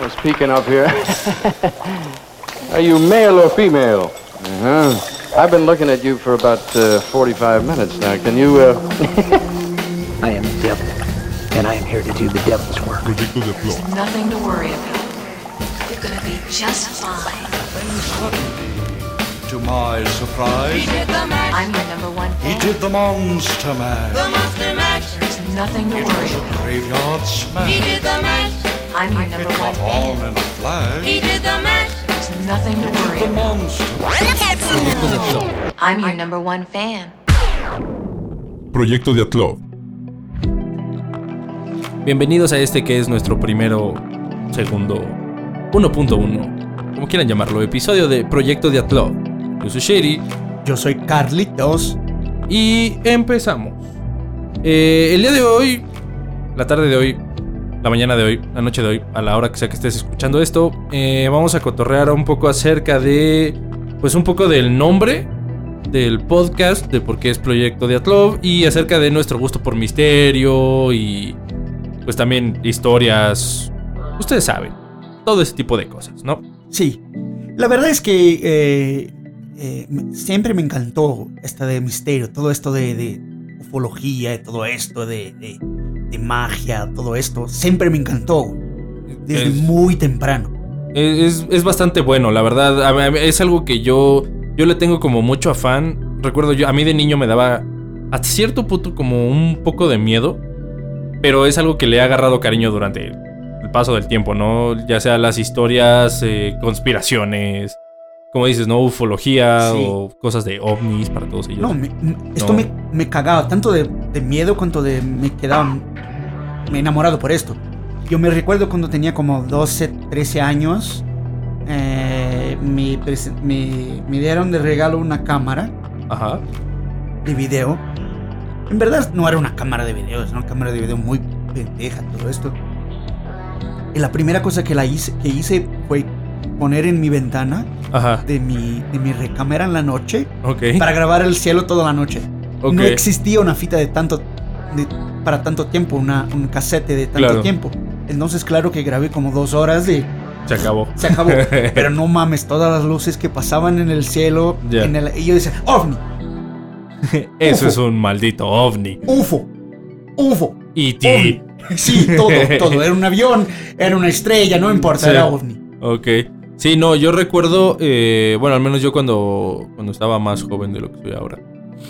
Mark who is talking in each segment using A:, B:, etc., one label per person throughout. A: Well, speaking of here, are you male or female? Uh-huh. I've been looking at you for about uh, 45 minutes now. Can you, uh...
B: I am the devil, and I am here to do the devil's work.
C: Proyecto de Flow.
D: Nothing to worry about. You're gonna be just fine.
E: To my surprise,
D: I'm your number one
E: he
D: fan.
E: did the monster mash,
D: There's nothing to worry about.
E: graveyard smash.
D: I'm your number one
E: Come
D: fan.
E: on in a flash,
D: There's nothing to worry
E: the
D: about.
E: monster.
D: I'm your number one fan.
C: Proyecto de Atlov.
F: Bienvenidos a este que es nuestro primero, segundo, 1.1, como quieran llamarlo, episodio de Proyecto de Atlo. Yo soy Sherry
G: Yo soy Carlitos.
F: y empezamos. Eh, el día de hoy, la tarde de hoy, la mañana de hoy, la noche de hoy, a la hora que sea que estés escuchando esto, eh, vamos a cotorrear un poco acerca de, pues un poco del nombre del podcast, de por qué es Proyecto de Atlov y acerca de nuestro gusto por misterio y pues también historias, ustedes saben, todo ese tipo de cosas, ¿no?
G: Sí. La verdad es que eh, eh, me- siempre me encantó esta de misterio, todo esto de, de ufología, y todo esto de, de- de magia, todo esto. Siempre me encantó desde
F: Es-
G: muy temprano.
F: Es, es- es bastante bueno, la verdad. A- a- Es algo que yo, yo le tengo como mucho afán. Recuerdo yo, a mí de niño me daba hasta cierto punto como un poco de miedo, pero es algo que le he agarrado cariño durante el paso del tiempo, ¿no? Ya sea las historias, eh, conspiraciones, como dices, ¿no? Ufología
G: Sí.
F: o cosas de ovnis para todos ellos.
G: No, me- me- esto
F: No.
G: Me, me cagaba tanto de, de miedo cuanto de me quedaba m- enamorado por esto. Yo me recuerdo cuando tenía como 12, 13 años, eh, me presen- me- me dieron de regalo una cámara.
F: Ajá.
G: de video. En verdad no era una cámara de video, es una cámara de video muy pendeja todo esto. Y la primera cosa que, la hice, que hice fue poner en mi ventana
F: Ajá.
G: de mi, de mi recámara en la noche
F: Ok.
G: para grabar el cielo toda la noche.
F: ¿Eh? ok.
G: No existía una fita de tanto de- para tanto tiempo, una, un casete de tanto
F: Claro.
G: tiempo. Entonces claro que grabé como dos horas y
F: Se acabó.
G: se acabó. Pero no mames, todas las luces que pasaban en el cielo.
F: Ya.
G: En el, y yo decía, ovni,
F: Eso
G: Ufo.
F: es un maldito ovni. E
G: ufo, ufo.
F: Y ti.
G: Sí, todo, todo. Era un avión, era una estrella, no importa,
F: Sí.
G: era ovni.
F: Ok. Sí, no, yo recuerdo, eh, bueno, al menos yo cuando, cuando estaba más joven de lo que soy ahora.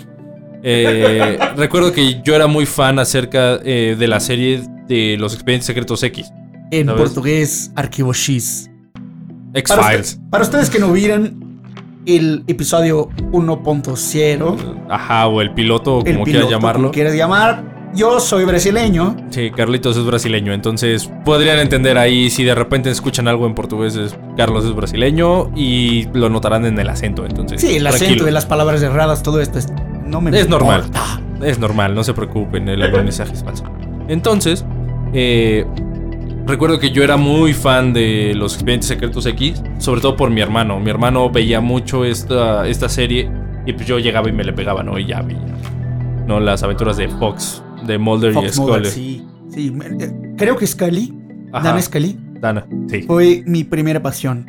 F: Eh, recuerdo que yo era muy fan acerca eh, de la serie de los expedientes secretos X.
G: En
F: ¿Sabes?
G: portugués, archivo X. Para,
F: X-Files.
G: usted- para ustedes que no vieran el episodio 1.0,
F: Ajá, o el piloto, o
G: el
F: como
G: piloto,
F: quieras llamarlo.
G: como quieras llamar, yo soy brasileño.
F: Sí, Carlitos es brasileño, entonces podrían entender ahí si de repente escuchan algo en portugués, es Carlos es brasileño y lo notarán en el acento, entonces.
G: Sí, el acento
F: tranquilo.
G: de las palabras erradas, todo esto es, no me
F: Es normal.
G: importa.
F: Es normal, no se preocupen, el aprendizaje es falso. Entonces, eh, recuerdo que yo era muy fan de los expedientes secretos X, sobre todo por mi hermano. Mi hermano veía mucho esta, esta serie y pues yo llegaba y me le pegaba, ¿no? Y ya veía. No, las aventuras de Fox, de Mulder y
G: Fox Mulder,
F: Scully.
G: sí. sí. me- eh, Creo que Scully,
F: Ajá,
G: Dan Scully,
F: Dana, sí.
G: fue mi primera pasión.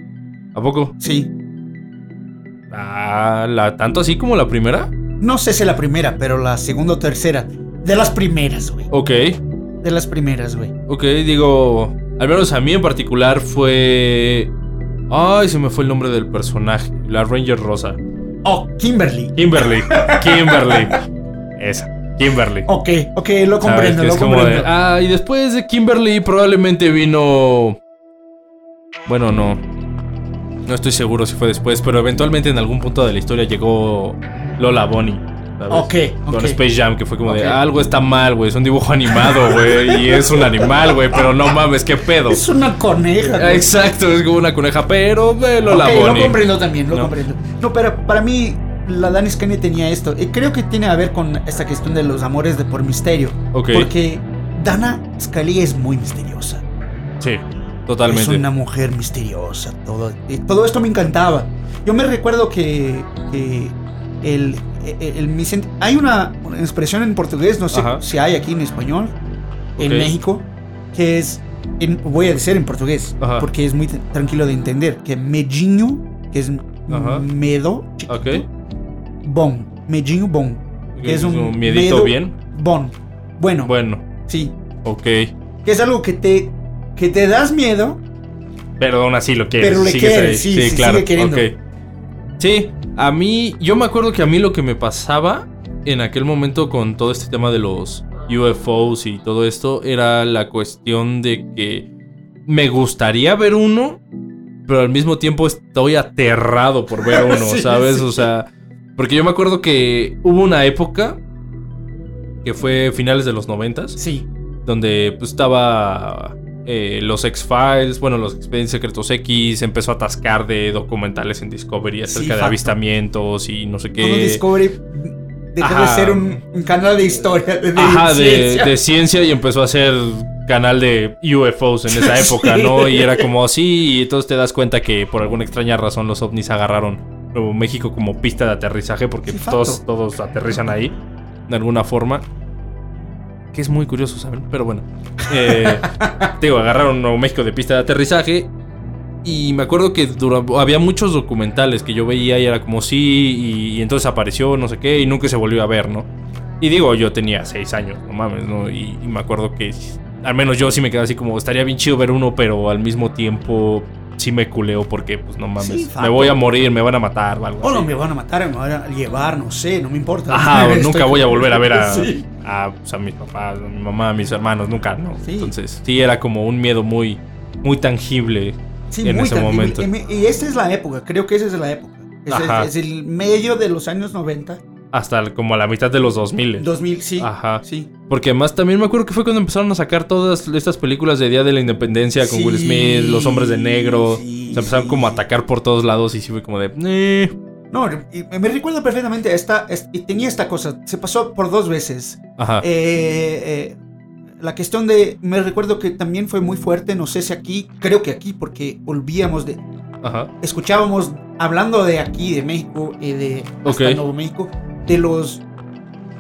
F: ¿A poco?
G: Sí.
F: Ah, la, tanto así como la primera.
G: No sé si la primera, pero la segunda o tercera. De las primeras, güey.
F: Ok,
G: De las primeras, güey.
F: ok, digo. Al menos a mí en particular fue. Ay, se me fue el nombre del personaje. La Ranger Rosa.
G: Oh, Kimberly.
F: Kimberly. Kimberly. Esa. Kimberly.
G: Ok, ok,
F: ¿Sabes?
G: lo comprendo,
F: Que es
G: lo
F: como de,
G: comprendo.
F: ah, y después de Kimberly probablemente vino. Bueno, no. No estoy seguro si fue después, pero eventualmente en algún punto de la historia llegó Lola Bonnie. ¿sabes?
G: Ok,
F: pues, Con
G: ok.
F: Space Jam, que fue como de
G: Ok.
F: algo está mal, güey. Es un dibujo animado, güey. Y es un animal, güey. Pero no mames, qué pedo.
G: Es una coneja. güey.
F: Exacto, es como una coneja, pero de Lola
G: Ok, lo
F: Bonnie.
G: comprendo también, lo
F: No.
G: comprendo. No, pero para mí, la Dani Scanny tenía esto. Y creo que tiene a ver con esta cuestión de los amores de por misterio.
F: Ok,
G: Porque Dana Scully es muy misteriosa.
F: sí, totalmente.
G: Es una mujer misteriosa. Todo, y todo esto me encantaba. Yo me recuerdo que, que el, eh, el- el misen- hay una, una expresión en portugués, no sé
F: Ajá.
G: si hay aquí en español, en
F: Ok.
G: México, que es en- voy a decir en portugués,
F: Ajá.
G: porque es muy t- tranquilo de entender, que medinho, que es m-
F: Ajá.
G: medo, chiquito,
F: Ok.
G: bon, medinho bon, que es
F: Es
G: un,
F: un miedito bien.
G: Bon, bueno,
F: Bueno,
G: sí,
F: ok.
G: que es algo que te, que te das miedo,
F: Pero aún así lo quieres.
G: Pero le
F: sigues
G: quieres,
F: ahí.
G: sí, sí, sigue queriendo.
F: ok. Sí, a mí, yo me acuerdo que a mí lo que me pasaba en aquel momento con todo este tema de los UFOs y todo esto era la cuestión de que me gustaría ver uno, pero al mismo tiempo estoy aterrado por ver uno,
G: Sí,
F: ¿sabes?
G: sí.
F: O sea, porque yo me acuerdo que hubo una época que fue finales de los noventas
G: sí,
F: donde pues, estaba eh, los X-Files, bueno, los Expedientes Secretos X, empezó a atascar de documentales en Discovery acerca de
G: facto.
F: avistamientos y no sé
G: como
F: qué.
G: Discovery dejó
F: Ajá.
G: de ser un, un canal de historia, de, de
F: Ajá, de,
G: ciencia.
F: de ciencia y empezó a hacer canal de UFOs en esa época,
G: Sí.
F: ¿no? Y era como así, y entonces te das cuenta que por alguna extraña razón los ovnis agarraron Nuevo México como pista de aterrizaje, porque
G: Sí, facto.
F: todos, todos aterrizan ahí, de alguna forma. Que es muy curioso, ¿saben? Pero bueno. Eh, te digo, agarraron Nuevo México de pista de aterrizaje. Y me acuerdo que dura- había muchos documentales que yo veía y era como sí, y, y entonces apareció, no sé qué, y nunca se volvió a ver, ¿no? Y digo, yo tenía seis años, no mames, ¿no? Y, y me acuerdo que al menos yo sí me quedaba así como, estaría bien chido ver uno, pero al mismo tiempo sí me culeo porque, pues no mames,
G: Sí,
F: me
G: fato.
F: voy a morir, me van a matar o algo
G: O Oh, no
F: así.
G: me van a matar, me van a llevar, no sé, no me importa.
F: Ajá, o
G: Estoy-
F: nunca voy a volver a ver a,
G: Sí.
F: a, pues, a mis papás, a mi mamá, a mis hermanos, nunca, ¿no?
G: Sí.
F: Entonces, sí, era como un miedo muy, muy tangible
G: Sí,
F: en
G: muy
F: ese
G: tangible. Em-
F: momento.
G: Y me- Y esta es la época, creo que esa es la época. Es,
F: Ajá.
G: es- es el medio de los años 90,
F: hasta el- como a la mitad de los 2000.
G: 2000, sí.
F: Ajá.
G: Sí.
F: Porque además también me acuerdo que fue cuando empezaron a sacar todas estas películas de Día de la Independencia con
G: Sí,
F: Will Smith, Los Hombres de Negro.
G: sí,
F: se empezaron
G: sí.
F: como a atacar por todos lados y sí fue como de... "Eh".
G: No, y me recuerda perfectamente a esta, es- y tenía esta cosa, se pasó por dos veces.
F: Ajá.
G: Eh, eh, la cuestión de, me recuerdo que también fue muy fuerte, no sé si aquí, creo que aquí, porque olvidamos de,
F: Ajá.
G: escuchábamos hablando de aquí, de México y de hasta
F: Ok.
G: Nuevo México, de los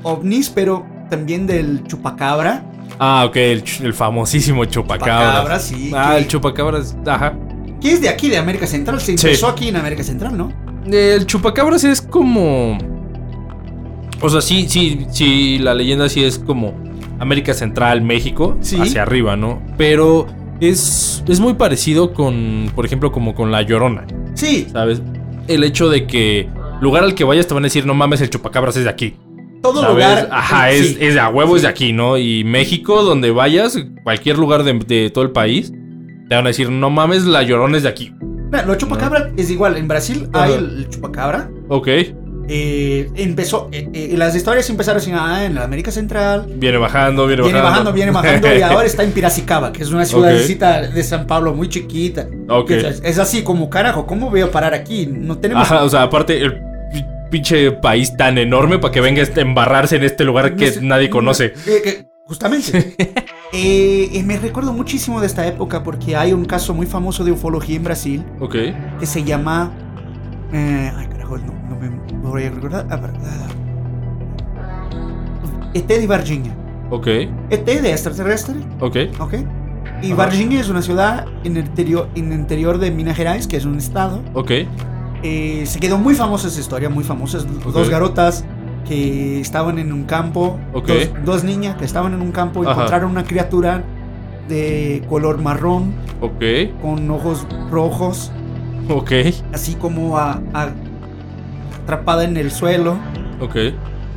G: ovnis, pero también del chupacabra.
F: Ah, ok, el, ch- el famosísimo chupacabra.
G: sí.
F: Ah,
G: que,
F: el chupacabras. Ajá.
G: que es de aquí, de América Central. Se
F: Sí.
G: empezó aquí en América Central, ¿no?
F: El chupacabras es como. O sea, sí, sí, sí, la leyenda sí es como América Central, México,
G: Sí.
F: hacia arriba, ¿no? Pero es, es muy parecido con, por ejemplo, como con La Llorona,
G: Sí,
F: ¿sabes? El hecho de que lugar al que vayas te van a decir, no mames, el chupacabras es de aquí.
G: todo
F: ¿sabes?
G: lugar. eh,
F: Ajá,
G: sí,
F: es, es de a huevo, es de aquí, ¿no? Y México, donde vayas, cualquier lugar de, de todo el país, te van a decir, no mames, La Llorona es de aquí.
G: Mira, Lo chupacabra es igual. En Brasil hay
F: Ajá.
G: el chupacabra.
F: Ok,
G: eh, empezó, eh, eh, las historias empezaron así, ah, en la América Central.
F: viene bajando, viene,
G: Viene bajando,
F: bajando.
G: viene bajando y ahora está en Piracicaba, que es una ciudadcita de San Pablo muy chiquita.
F: Ok.
G: Es, es así como, carajo, ¿cómo voy a parar aquí? No tenemos...
F: Ajá, o sea, aparte, el pi- pinche país tan enorme para que venga a embarrarse en este lugar que
G: No sé,
F: nadie
G: no,
F: conoce.
G: eh, que- justamente. Eh, eh, me recuerdo muchísimo de esta época porque hay un caso muy famoso de ufología en Brasil
F: Ok.
G: que se llama... eh, ay, carajo, no, no me voy a recordar. Ah, para- ah. ET de Varginha.
F: Ok,
G: ET de extraterrestre,
F: ok.
G: ¿ok? Y
F: Ajá.
G: Varginha es una ciudad en el, interior, en el interior de Minas Gerais, que es un estado.
F: Ok,
G: Eh, se quedó muy famosa esa historia, muy famosa. Dos garotas que estaban en un campo,
F: Ok.
G: dos, dos niñas que estaban en un campo,
F: Ajá.
G: encontraron una criatura de color marrón,
F: ok,
G: con ojos rojos,
F: ok,
G: así como a- a- atrapada en el suelo,
F: ok.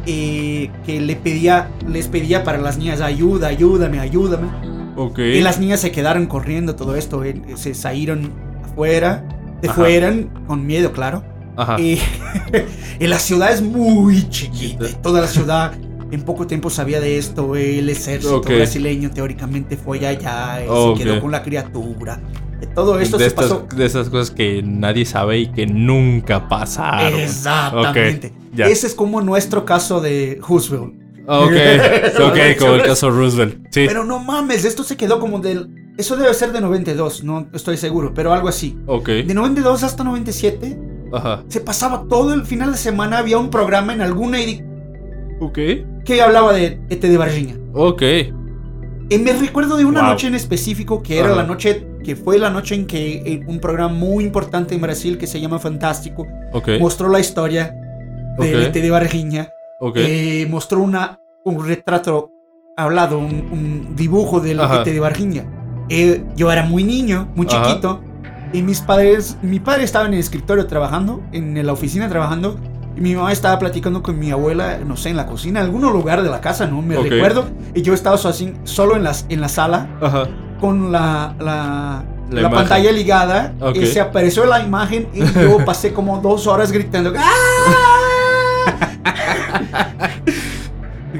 G: eh, que le pedía, les pedía para las niñas ayuda, ayúdame, ayúdame.
F: Ok.
G: Y las niñas se quedaron corriendo, todo esto, eh, se salieron afuera, de
F: Ajá. Ah.
G: fueran, con miedo, claro.
F: Ajá.
G: Y, y la ciudad es muy chiquita. y Toda la ciudad en poco tiempo sabía de esto. El ejército
F: Ok.
G: brasileño teóricamente fue allá. y
F: Ok.
G: Se quedó con la criatura. y Todo esto
F: de,
G: se
F: estas,
G: pasó.
F: de esas cosas que nadie sabe y que nunca pasaron.
G: Exactamente.
F: Ok, ya.
G: Ese es como nuestro caso de Roosevelt.
F: Ok, ok, como el caso Roosevelt. Sí.
G: Pero no mames, esto se quedó como del. Eso debe ser de 92, no estoy seguro, pero algo así.
F: Ok,
G: De 92 hasta 97
F: ajá.
G: se pasaba todo el final de semana. Había un programa en alguna edi-
F: Ok,
G: E que hablaba de este de Varginha.
F: ok.
G: Eh, me recuerdo de una
F: Wow.
G: noche en específico que era
F: Ajá.
G: la noche que fue la noche en que eh, un programa muy importante en Brasil que se llama Fantástico
F: Ok.
G: mostró la historia de
F: Ok.
G: Tete de Varginha.
F: Ok.
G: Eh, mostró una, un retrato hablado, un, un dibujo del
F: Ajá.
G: Tete de Varginha. Eh, yo era muy niño, muy
F: Ajá.
G: chiquito, y mis padres, mi padre estaba en el escritorio trabajando, en la oficina trabajando, y mi mamá estaba platicando con mi abuela, no sé, en la cocina, en algún lugar de la casa, no me
F: Ok.
G: recuerdo, y yo estaba so- así, solo en, las, en la sala
F: Ajá.
G: con la,
F: La
G: la, la
F: imagen.
G: pantalla ligada
F: Ok.
G: y se apareció la imagen y yo pasé como dos horas gritando ¡Ah!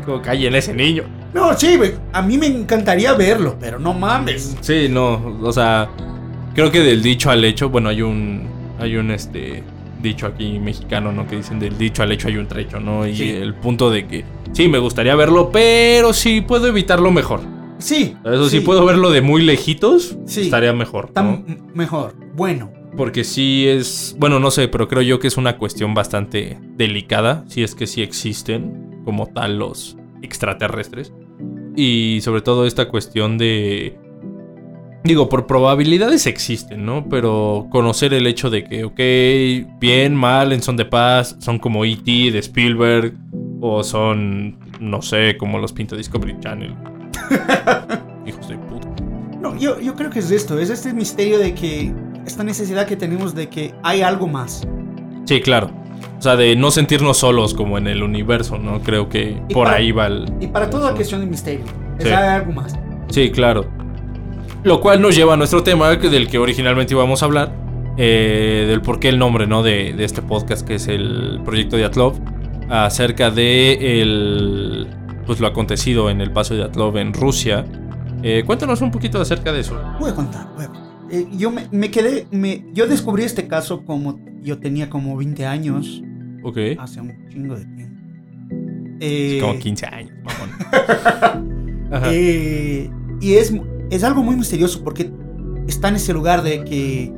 F: Como callen ese niño.
G: No, sí, güey, a mí me encantaría verlo, pero no mames.
F: Sí, no, o sea, creo que del dicho al hecho, bueno, hay un hay un este dicho aquí mexicano, ¿no? Que dicen del dicho al hecho hay un trecho, ¿no? Y
G: Sí.
F: el punto de que sí, me gustaría verlo, pero si puedo evitarlo mejor.
G: Sí.
F: Eso sí, puedo verlo de muy lejitos,
G: Sí.
F: estaría mejor, ¿no?
G: Tan mejor. Bueno.
F: Porque sí es, bueno, no sé, pero creo yo que es una cuestión bastante delicada, si es que sí existen como tal los extraterrestres. Y sobre todo esta cuestión de, digo, por probabilidades existen, ¿no? Pero conocer el hecho de que, ok, bien, mal, en son de paz, son como ET de Spielberg, o son, no sé, como los pinta Discovery Channel. Hijos de puta.
G: No, yo, yo creo que es esto, es este misterio de que esta necesidad que tenemos de que hay algo más.
F: Sí, claro. O sea, de no sentirnos solos como en el universo, ¿no? Creo que
G: Y
F: por
G: para-
F: ahí va el...
G: Y para toda
F: Eso.
G: cuestión de misterio, es
F: Sí.
G: hay algo más.
F: Sí, claro. Lo cual nos lleva a nuestro tema que- del que originalmente íbamos a hablar, eh, del por qué el nombre, ¿no? De, de este podcast que es el proyecto de Atlov, acerca de el, pues, lo acontecido en el paso de Atlov en Rusia. Eh, cuéntanos un poquito acerca de eso.
G: Voy a contar, voy a contar. Eh, yo me, me quedé, me, yo descubrí este caso como yo tenía como 20 años.
F: Ok.
G: hace un chingo de tiempo. Ah, Eh,
F: Como 15 años, mamón. Ajá.
G: eh, y es, es algo muy misterioso porque está en ese lugar de que.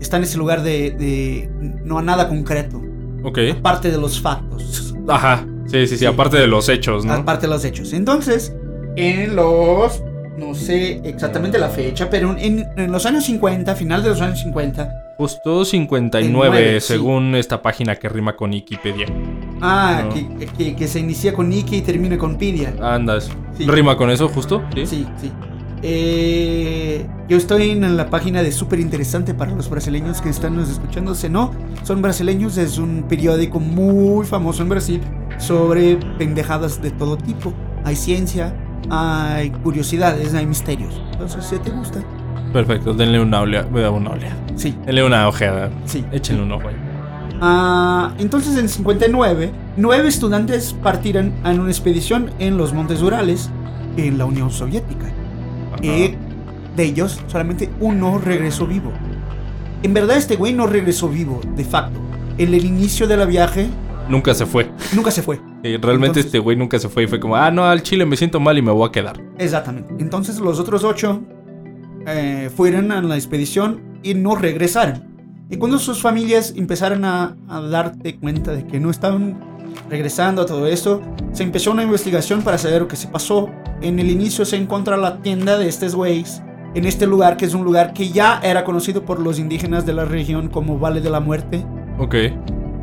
G: Está en ese lugar de. de no a nada concreto.
F: Ok.
G: Aparte de los factos.
F: Ajá. Sí, sí, sí,
G: Sí. Ah,
F: aparte de los hechos, ¿no?
G: Aparte de los hechos. Entonces, en los. No sé exactamente la fecha, pero en, en los años 50, final de los años 50.
F: Justo 59,
G: Nueve, sí.
F: según esta página que rima con Wikipedia.
G: Ah,
F: No.
G: que, que- que se inicia con Nike y termina con Pidia.
F: Andas.
G: Sí.
F: ¿Rima con eso justo? Sí.
G: Sí, sí. Eh, yo estoy en la página de Súper Interesante para los brasileños que están nos escuchando. Se no, son brasileños, es un periódico muy famoso en Brasil sobre pendejadas de todo tipo. Hay ciencia, hay curiosidades, hay misterios. Entonces, si te gusta.
F: Perfecto, denle una oleada. Voy a dar una oleada.
G: Sí,
F: Denle una ojeada.
G: sí.
F: Échenle un ojo ahí.
G: Ah, entonces, en 59, nueve estudiantes partirán en una expedición en los Montes Urales, en la Unión Soviética.
F: Ajá.
G: Eh, de ellos, solamente uno regresó vivo. En verdad, este güey no regresó vivo, de facto. En el inicio del viaje,
F: Ah, Nunca se fue.
G: nunca se fue.
F: Eh, realmente
G: Entonces-
F: este güey nunca se fue y fue como, ah, no, al chile me siento mal y me voy a quedar.
G: Exactamente. Entonces, los otros ocho eh, fueron a la expedición y no regresaron. Y cuando sus familias empezaron a, a darte cuenta de que no estaban regresando a todo esto, se empezó una investigación para saber lo que se pasó. En el inicio se encuentra la tienda de estos güeyes en este lugar, que es un lugar que ya era conocido por los indígenas de la región como Valle de la Muerte.
F: Ok.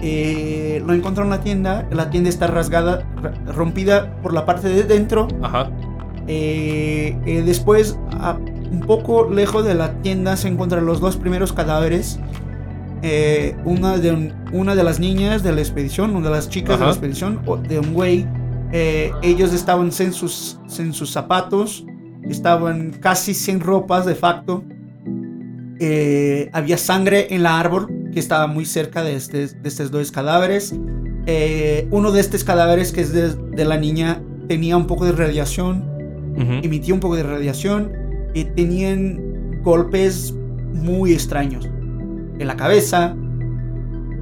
G: Eh, lo encontró en la tienda, la tienda está rasgada, ra- rompida por la parte de dentro
F: Ajá.
G: eh, eh, después, a- un poco lejos de la tienda, se encuentran los dos primeros cadáveres. Eh, una, de un- una de las niñas de la expedición, una de las chicas de la
F: Ajá.
G: expedición, o- de un güey. Eh, ellos estaban sin sus, sin sus zapatos, estaban casi sin ropas de facto. Eh, había sangre en la árbol que estaba muy cerca de, este, de estos dos cadáveres. Eh, uno de estos cadáveres, que es de, de la niña, tenía un poco de radiación
F: Ujú.
G: emitía un poco de radiación y tenían golpes muy extraños en la cabeza.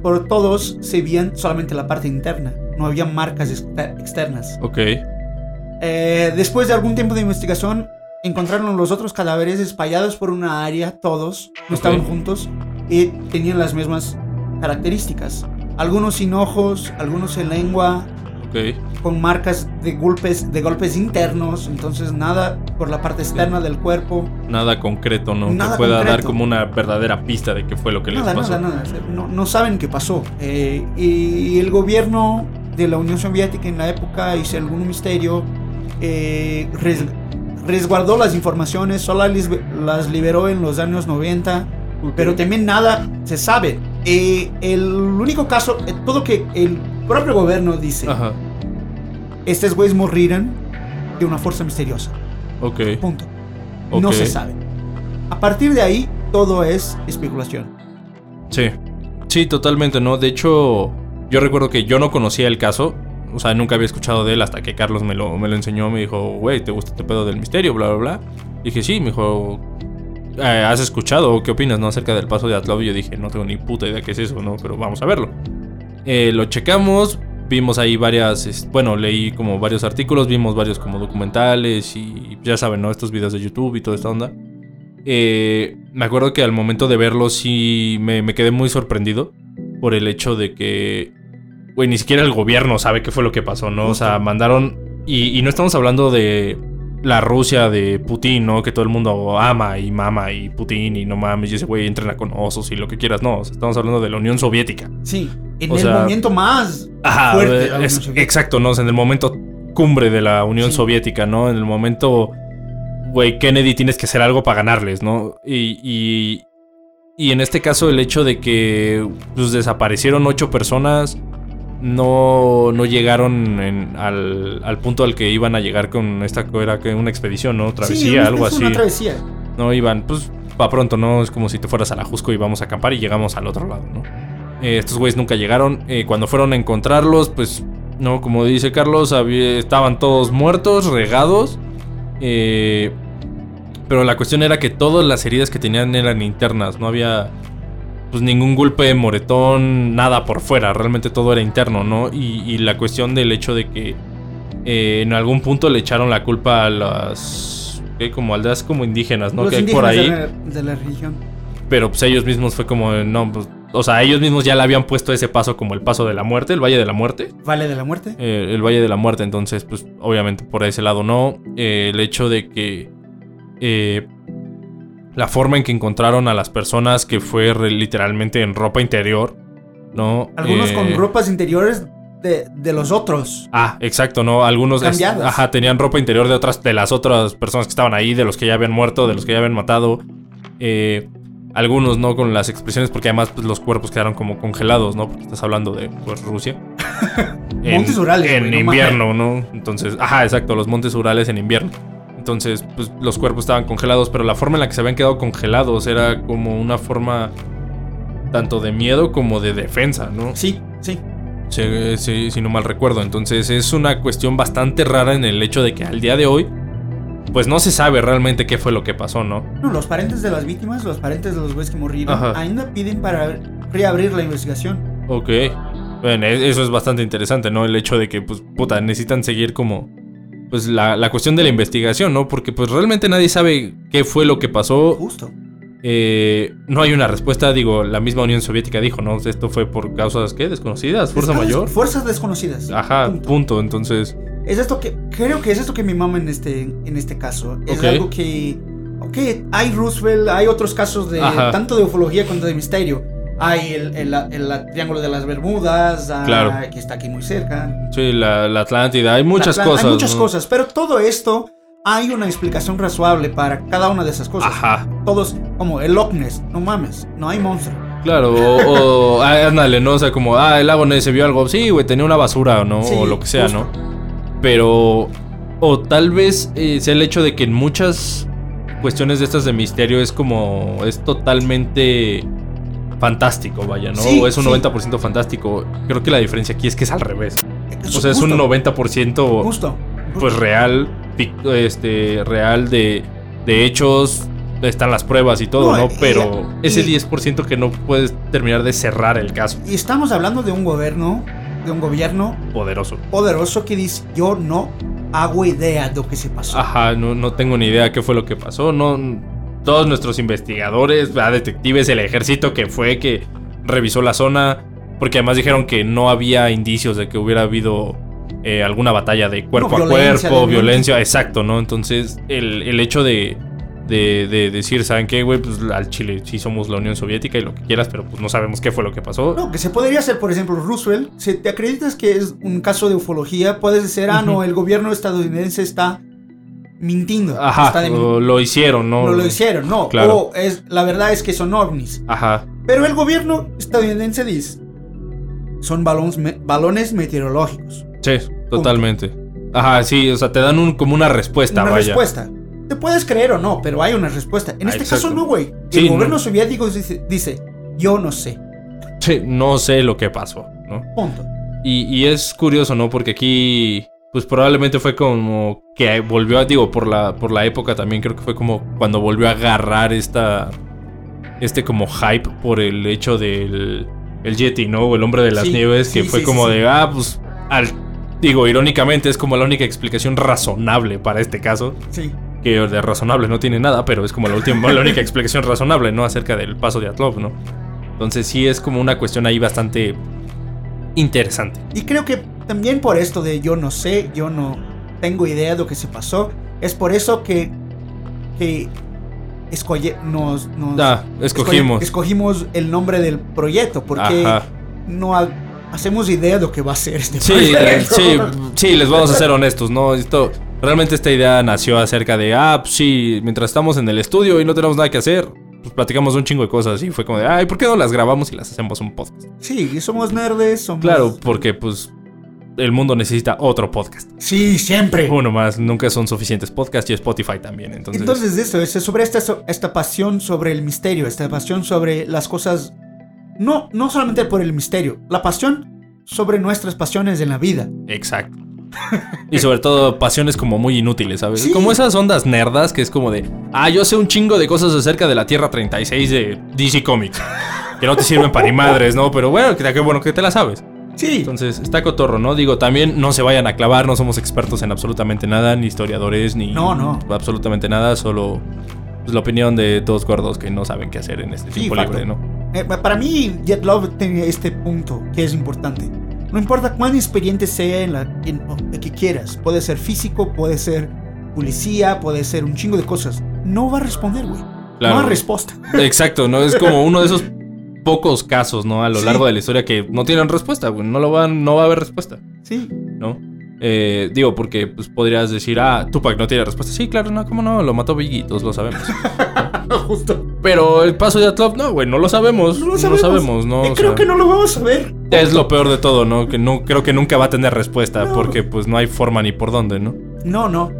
G: Por todos se veían solamente la parte interna, no había marcas exter- externas.
F: Ok.
G: Eh, después de algún tiempo de investigación, encontraron los otros cadáveres espallados por una área, todos, no estaban
F: Ok.
G: juntos y tenían las mismas características. Algunos sin ojos, algunos sin lengua,
F: Ok. Ok.
G: con marcas de golpes, de golpes internos, entonces nada por la parte externa del cuerpo,
F: Nada concreto, ¿no?
G: Nada
F: que pueda dar
G: concreto.
F: como una verdadera pista de qué fue lo que
G: nada,
F: les pasó.
G: nada, nada, o sea, no, no saben qué pasó. Eh, y el gobierno de la Unión Soviética en la época hizo algún misterio, eh, res- resguardó las informaciones, solo las, las liberó en los años 90, pero también nada se sabe. Eh, el único caso, eh, todo que el propio gobierno dice,
F: Ajá.
G: estos güeyes morirán de una fuerza misteriosa.
F: Ok.
G: Punto.
F: Ok.
G: No se sabe. A partir de ahí, todo es especulación.
F: Sí. Sí, totalmente, ¿no? De hecho, yo recuerdo que yo no conocía el caso. O sea, nunca había escuchado de él hasta que Carlos me lo, me lo enseñó. Me dijo, güey, ¿te gusta este pedo del misterio? Bla, bla, bla. Dije, sí, me dijo, "Eh, ¿has escuchado? ¿Qué opinas, no? Acerca del paso de Atlov. Y yo dije, no tengo ni puta idea qué es eso, ¿no? Pero vamos a verlo. Eh, lo checamos, vimos ahí varias, es- bueno, leí como varios artículos, vimos varios como documentales y ya saben, ¿no? Estos videos de YouTube y toda esta onda. Eh, me acuerdo que al momento de verlo sí me, me quedé muy sorprendido por el hecho de que, güey, ni siquiera el gobierno sabe qué fue lo que pasó, ¿no? O sea, mandaron, y, y no estamos hablando de la Rusia de Putin, ¿no? Que todo el mundo ama y mama y Putin y no mames, y ese güey entrena con osos y lo que quieras, no, o sea, estamos hablando de la Unión Soviética.
G: Sí, en
F: O
G: el
F: sea,
G: momento más
F: Ajá,
G: fuerte. de
F: eh,
G: la Unión
F: es-
G: Soviética.
F: exacto, ¿no? O sea, en el momento cumbre de la Unión
G: Sí.
F: Soviética, ¿no? En el momento, güey, Kennedy tienes que hacer algo para ganarles, ¿no? Y, y, y en este caso el hecho de que pues, desaparecieron ocho personas, no, no llegaron en- al, al punto al que iban a llegar con esta, era que una expedición, ¿no?
G: Sí,
F: Travesía,
G: es
F: algo así.
G: Una travesía.
F: No iban, pues va pronto, ¿no? Es como si te fueras a la Jusco y vamos a acampar y llegamos al otro lado, ¿no? Eh, estos güeyes nunca llegaron. Eh, cuando fueron a encontrarlos, pues, no, como dice Carlos, había- estaban todos muertos, regados. Eh, pero la cuestión era que todas las heridas que tenían eran internas, no había pues ningún golpe, moretón, nada por fuera, realmente todo era interno, ¿no? Y, y la cuestión del hecho de que eh, en algún punto le echaron la culpa a las ¿qué? como aldeas como indígenas, ¿no?
G: Los
F: que hay por
G: indígenas
F: ahí,
G: De la, de la religión.
F: pero pues ellos mismos fue como no, pues, o sea, ellos mismos ya le habían puesto ese paso como el paso de la muerte, el valle de la muerte.
G: Vale de la muerte.
F: Eh, el Valle de la Muerte, entonces, pues obviamente por ese lado no. Eh, el hecho de que eh, la forma en que encontraron a las personas que fue re- literalmente en ropa interior, ¿no?
G: Algunos
F: Eh,
G: con ropas interiores de, de los otros.
F: Ah, exacto, ¿no? Algunos es-
G: Cambiadas.
F: ajá, tenían ropa interior de otras, de las otras personas que estaban ahí, de los que ya habían muerto, de los que ya habían matado. Eh, algunos, ¿no? Con las expresiones, porque además pues, los cuerpos quedaron como congelados, ¿no? Porque estás hablando de pues, Rusia.
G: Montes Urales,
F: En
G: güey, no
F: invierno, ¿no? Entonces, ajá, exacto, los montes Urales en invierno. Entonces, pues los cuerpos estaban congelados, pero la forma en la que se habían quedado congelados era como una forma tanto de miedo como de defensa, ¿no?
G: Sí, sí.
F: si, si- si no mal recuerdo. Entonces es una cuestión bastante rara en el hecho de que al día de hoy, pues no se sabe realmente qué fue lo que pasó, ¿no?
G: No, los parientes de las víctimas, los parientes de los güeyes que murieron,
F: Ajá.
G: ainda piden para reabrir la investigación.
F: Ok. Bueno, e- eso es bastante interesante, ¿no? El hecho de que, pues, puta, necesitan seguir como, pues, la, la cuestión de la investigación, ¿no? Porque, pues, realmente nadie sabe qué fue lo que pasó.
G: Justo.
F: Eh, no hay una respuesta, digo, la misma Unión Soviética dijo, ¿no? Esto fue por causas, ¿qué? Desconocidas, fuerza
G: Están des-
F: mayor.
G: Fuerzas desconocidas.
F: Ajá,
G: Punto.
F: punto. Entonces,
G: Es esto que. Creo que es esto que me mama en este, en este caso. Es
F: Ok.
G: algo que. Ok, hay Roosevelt, hay otros casos de.
F: Ajá.
G: Tanto de ufología como de misterio. Hay el, el- el Triángulo de las Bermudas, ah,
F: Claro.
G: que está aquí muy cerca.
F: sí, la, la Atlántida, hay muchas
G: Atlan-
F: cosas.
G: Hay muchas
F: ¿no?
G: cosas, pero todo esto hay una explicación razonable para cada una de esas cosas.
F: Ajá.
G: Todos, como el Loch Ness, no mames, no hay monstruo.
F: Claro, o, o ah, ándale, ¿no? O sea, como, ah, el lago Ness se vio algo. Sí, güey, tenía una basura, ¿no?
G: Sí,
F: o lo que sea,
G: justo.
F: ¿no? Pero, o tal vez eh, sea el hecho de que en muchas cuestiones de estas de misterio es como, es totalmente fantástico, vaya, ¿no?
G: Sí,
F: o es un
G: sí.
F: 90% fantástico. Creo que la diferencia aquí es que es al revés. O sea, es un
G: Justo,
F: 90%
G: Justo.
F: pues real, fic- este, real de, de hechos, están las pruebas y todo,
G: No,
F: ¿no?
G: y-
F: Pero
G: y-
F: ese 10% que no puedes terminar de cerrar el caso,
G: Y estamos hablando de un gobierno, de un gobierno
F: poderoso.
G: poderoso que dice, yo no hago idea de lo que se pasó.
F: Ajá, no, no tengo ni idea qué fue lo que pasó, no... Todos nuestros investigadores, ¿verdad? detectives, el ejército que fue, que revisó la zona, porque además dijeron que no había indicios de que hubiera habido eh, alguna batalla de cuerpo
G: No,
F: a
G: violencia,
F: cuerpo,
G: de-
F: violencia, exacto, ¿no? Entonces, el, el hecho de, de, de decir, ¿saben qué, güey? Pues al Chile sí somos la Unión Soviética y lo que quieras, pero pues no sabemos qué fue lo que pasó.
G: No, que se podría hacer, por ejemplo, Roosevelt. Si te acreditas que es un caso de ufología, puedes decir, ah, no, el gobierno estadounidense está mintiendo. está
F: Ajá,
G: de-
F: lo, lo hicieron, ¿no?
G: no lo hicieron, no.
F: Claro.
G: O es, la verdad es que son ovnis.
F: Ajá,
G: Pero el gobierno estadounidense dice, son balones, me- balones meteorológicos.
F: sí, totalmente. Ajá, sí, o sea, te dan un, como una respuesta,
G: una
F: vaya.
G: respuesta. Te puedes creer o no, pero hay una respuesta. En
F: Ah,
G: este
F: exacto.
G: caso no, güey. El
F: Sí,
G: gobierno
F: no.
G: soviético dice, dice, yo no sé.
F: Sí, no sé lo que pasó, ¿no?
G: Punto.
F: Y, y es curioso, ¿no? Porque aquí, pues probablemente fue como que volvió a, digo, por la, por la época también creo que fue como cuando volvió a agarrar esta, este como hype por el hecho del el Yeti, ¿no? O el hombre de las
G: Sí,
F: nieves, que
G: sí,
F: fue
G: sí,
F: como
G: sí, sí.
F: de, ah, pues, al, digo, irónicamente es como la única explicación razonable para este caso,
G: Sí.
F: que de razonable no tiene nada, pero es como la última, la única explicación razonable, ¿no? Acerca del paso de Atlov, ¿no? Entonces sí es como una cuestión ahí bastante interesante.
G: Y creo que también por esto de yo no sé, yo no tengo idea de lo que se pasó, es por eso que, que escolle- nos, nos-
F: Ah, escogimos.
G: escolle- escogimos el nombre del proyecto, porque
F: Ajá.
G: no ha- hacemos idea de lo que va a ser este
F: Sí, eh,
G: proyecto.
F: sí, sí, les vamos a ser honestos, ¿no? Esto, realmente esta idea nació acerca de, ah, pues sí, mientras estamos en el estudio y no tenemos nada que hacer, pues platicamos un chingo de cosas y fue como de, ay, ¿por qué no las grabamos y las hacemos un podcast?
G: Sí, y somos nerds, somos...
F: Claro, porque pues el mundo necesita otro podcast.
G: Sí, siempre.
F: Uno más, nunca son suficientes podcasts y Spotify también, entonces...
G: Entonces, de eso, es sobre esta, so- esta pasión sobre el misterio, esta pasión sobre las cosas. No, no solamente por el misterio, la pasión sobre nuestras pasiones en la vida.
F: Exacto. Y sobre todo pasiones como muy inútiles, ¿sabes?
G: Sí.
F: Como esas ondas nerdas que es como de, ah, yo sé un chingo de cosas acerca de la Tierra 36 de DC Comics. Que no te sirven para ni madres, ¿no? Pero bueno, que, que bueno que te la sabes.
G: Sí,
F: Entonces, está cotorro, ¿no? Digo, también no se vayan a clavar, no somos expertos en absolutamente nada, ni historiadores, ni...
G: No, no.
F: Absolutamente nada, solo pues, la opinión de dos gordos que no saben qué hacer en este
G: Sí,
F: tiempo
G: facto.
F: libre, ¿no?
G: eh, para mí, Jet Love tiene este punto que es importante. No importa cuán experiente sea en la en lo que quieras, puede ser físico, puede ser policía, puede ser un chingo de cosas. No va a responder, güey.
F: Claro.
G: No hay respuesta.
F: Exacto, ¿no? Es como uno de esos pocos casos, ¿no? A lo
G: Sí.
F: largo de la historia que no tienen respuesta, güey. No, lo van, no va a haber respuesta,
G: Sí,
F: ¿no? Eh, digo, porque pues, podrías decir, ah, Tupac no tiene respuesta. Sí, claro, no, ¿cómo no? Lo mató Biggie, todos lo sabemos.
G: justo.
F: Pero el paso de Atlov, no, güey, no lo sabemos.
G: No lo sabemos.
F: ¿no?
G: Eh,
F: O
G: creo
F: sea,
G: que no lo vamos a ver.
F: Es lo peor de todo, ¿no? Que no creo que nunca va a tener respuesta
G: No.
F: porque pues no hay forma ni por dónde, ¿no?
G: No, no.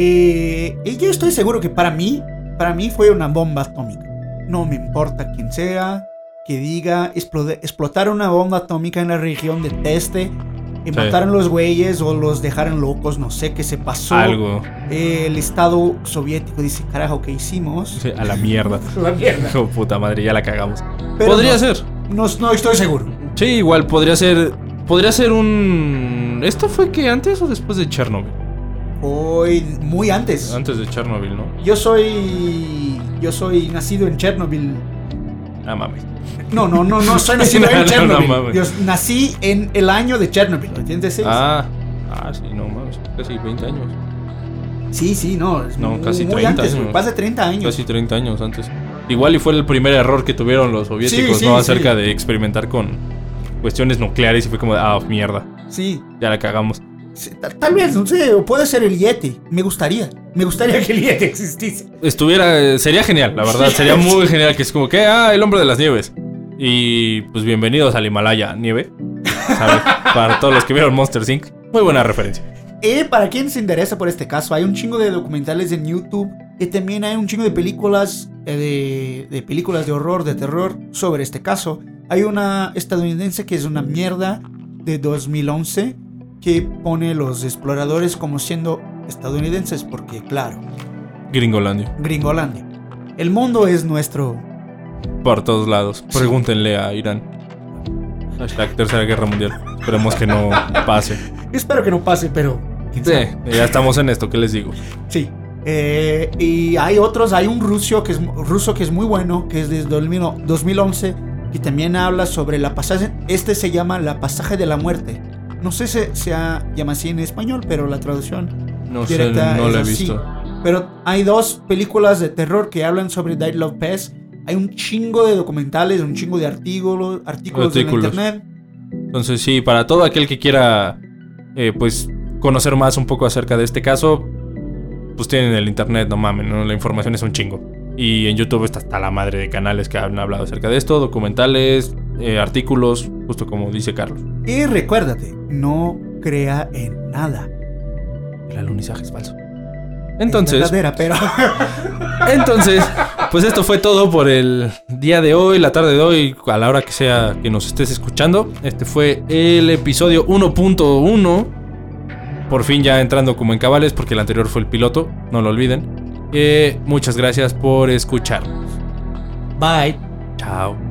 G: Eh, y yo estoy seguro que para mí, para mí fue una bomba atómica. No me importa quién sea, que diga, explode- explotaron una bomba atómica en la región de Teste, y
F: Sí.
G: mataron los güeyes o los dejaron locos, no sé qué se pasó.
F: Algo
G: Eh, el Estado soviético dice, carajo, ¿qué hicimos?
F: sí, a la mierda.
G: La mierda.
F: Oh, puta madre, ya la cagamos.
G: Pero
F: Podría
G: no.
F: ser.
G: No, no estoy seguro.
F: Sí, igual podría ser. Podría ser un. ¿Esto fue que antes o después de Chernobyl?
G: Hoy, muy antes.
F: Antes de Chernobyl, ¿no?
G: Yo soy, yo soy nacido en Chernobyl,
F: Ah, mames.
G: No, no, no, no soy nacido
F: No,
G: en
F: no,
G: Chernobyl.
F: no mames.
G: Yo nací en el año de Chernobyl, 86.
F: Ah, ah, sí, no mames. Casi 20 años.
G: Sí, sí, no. es
F: No,
G: muy,
F: casi
G: muy
F: 30
G: antes,
F: años.
G: güey, Más de 30 años.
F: Casi 30 años antes. Igual y fue el primer error que tuvieron los soviéticos,
G: Sí, sí,
F: ¿no?
G: sí.
F: Acerca de experimentar con cuestiones nucleares y fue como, ah, mierda,
G: Sí.
F: ya la cagamos.
G: Sí, ta- Tal vez, no sé, o puede ser el Yeti. Me gustaría. Me gustaría que el Yeti existiese.
F: Estuviera, eh, sería genial, la verdad,
G: Sí.
F: sería muy genial que es como que, ah, el hombre de las nieves. Y pues bienvenidos al Himalaya, nieve. ¿sabes? Para todos los que vieron Monster Inc. Muy buena referencia.
G: Eh, para quien se interesa por este caso, hay un chingo de documentales en YouTube y también hay un chingo de películas eh, de, de películas de horror, de terror sobre este caso. Hay una estadounidense que es una mierda de 2011 que pone los exploradores como siendo estadounidenses porque claro,
F: Gringolandia.
G: Gringolandia. El mundo es nuestro.
F: Por todos lados. Pregúntenle a Irán. Hashtag Tercera Guerra Mundial. Esperemos que no pase.
G: Espero que no pase, pero quién
F: Sí,
G: sabe.
F: ya estamos en esto, ¿qué les digo?
G: Sí. Eh, y hay otros, hay un ruso que es, ruso que es muy bueno, que es desde 2000 2011, que también habla sobre la pasaje, este se llama La pasaje de la muerte. No sé si se ha- llama así en español, pero la traducción
F: No sé,
G: directa
F: no
G: es
F: la he
G: así.
F: visto.
G: Pero hay dos películas de terror que hablan sobre Died Love Pest. Hay un chingo de documentales, un chingo de artículos, artículos, en
F: Artículos.
G: internet.
F: Entonces sí, para todo aquel que quiera eh, pues conocer más un poco acerca de este caso, pues tienen el internet, no mames, ¿no? la información es un chingo. Y en YouTube está hasta la madre de canales que han hablado acerca de esto, documentales, eh, artículos, justo como dice Carlos.
G: Y recuérdate, no crea en nada.
F: El alunizaje es falso.
G: Es
F: Entonces,
G: verdadera, pero
F: Entonces, pues esto fue todo por el día de hoy, la tarde de hoy, a la hora que sea que nos estés escuchando. Este fue el episodio 1.1. Por fin ya entrando como en cabales, porque el anterior fue el piloto, no lo olviden. Eh, muchas gracias por escuchar.
G: bye.
F: Chao.